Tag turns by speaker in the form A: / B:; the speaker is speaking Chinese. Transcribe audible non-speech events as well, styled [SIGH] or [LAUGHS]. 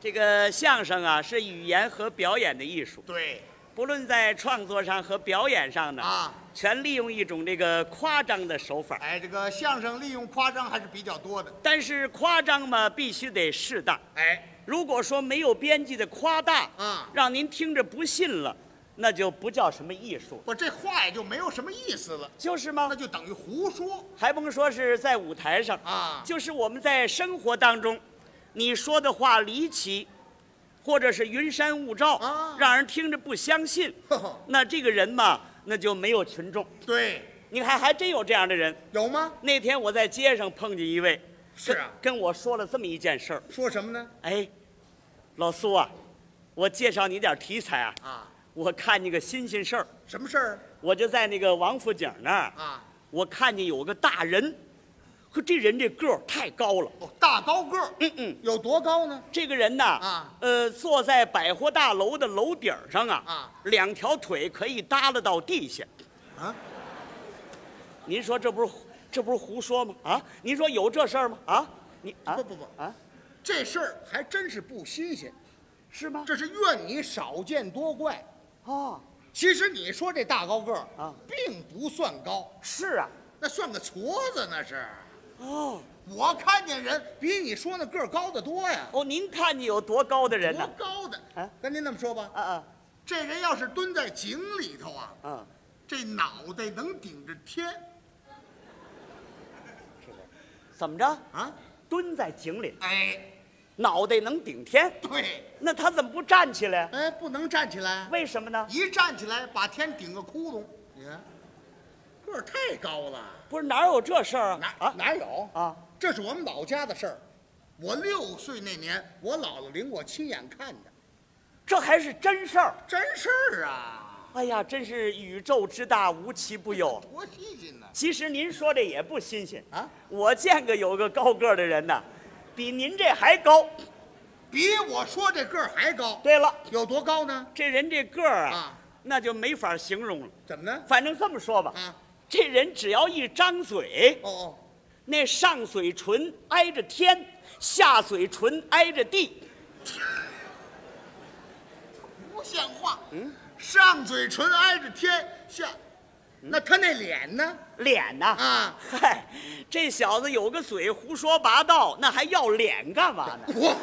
A: 这个相声啊，是语言和表演的艺术，
B: 对，
A: 不论在创作上和表演上呢，
B: 啊，
A: 全利用一种这个夸张的手法。
B: 哎，这个相声利用夸张还是比较多的。
A: 但是夸张嘛，必须得适当。
B: 哎，
A: 如果说没有边际的夸大，
B: 啊
A: 让您听着不信了，那就不叫什么艺术，
B: 我这话也就没有什么意思了，
A: 就是吗
B: 那？就等于胡说
A: 还甭说是在舞台上，
B: 啊。
A: 就是我们在生活当中，你说的话离奇，或者是云山雾罩，
B: 啊
A: 让人听着不相信，
B: 呵呵
A: 那这个人嘛，那就没有群众。
B: 对，
A: 你看，还真有这样的人。
B: 有吗？
A: 那天我在街上碰见一位，
B: 是啊
A: 跟跟我说了这么一件事儿。
B: 说什么呢？
A: 哎，老苏啊，我介绍你点题材啊，
B: 啊，
A: 我看见个新鲜事儿。
B: 什么事儿
A: 我就在那个王府井那儿，
B: 啊？
A: 我看见有个大人，可这人这个儿太高了。
B: 哦，大高个儿，
A: 嗯嗯，
B: 有多高呢？
A: 这个人呐，
B: 啊
A: 呃，坐在百货大楼的楼顶上啊，
B: 啊
A: 两条腿可以耷拉到地下。
B: 啊，
A: 您说这不是胡这不是胡说吗？啊，您说有这事儿吗？啊，你啊
B: 不不不
A: 啊，
B: 这事儿还真是不新鲜，
A: 是吗？
B: 这是怨你少见多怪。
A: 哦，
B: 其实你说这大高个儿
A: 啊
B: 并不算高，
A: 是啊，
B: 那算个矬子那是。
A: 哦
B: 我看见人比你说那个儿高得多呀，
A: 哦，您看见有多高的人
B: 多
A: 呢？
B: 高的
A: 啊？
B: 跟您那么说吧，
A: 啊啊
B: 这人要是蹲在井里头啊，
A: 啊，
B: 这脑袋能顶着天
A: 怎么着？
B: 啊！
A: 蹲在井里，
B: 哎，
A: 脑袋能顶天，
B: 对，
A: 那他怎么不站起来？
B: 哎，不能站起来，
A: 为什么呢？
B: 一站起来把天顶个窟窿。你看，个儿太高了，
A: 不是哪有这事儿啊？
B: 哪
A: 啊
B: 哪有？
A: 啊！
B: 这是我们老家的事儿。我六岁那年，我姥姥领我亲眼看的，
A: 这还是真事儿。
B: 真事儿啊，
A: 哎呀，真是宇宙之大，无奇不有。
B: 多新鲜呢！
A: 其实您说这也不新鲜
B: 啊，
A: 我见过有个高个儿的人呐，比您这还高。
B: 比我说这个儿还高，
A: 对了，
B: 有多高呢？
A: 这人这个儿啊，
B: 啊
A: 那就没法形容了。
B: 怎么呢？
A: 反正这么说吧，
B: 啊，
A: 这人只要一张嘴，
B: 哦哦，
A: 那上嘴唇挨着天，下嘴唇挨着地，
B: 不像话。嗯，上嘴唇挨着天，下，那他那脸呢？
A: 脸呐、 [LAUGHS]
B: 啊，
A: 嗨，这小子有个嘴胡说八道，那还要脸干嘛呢？
B: 我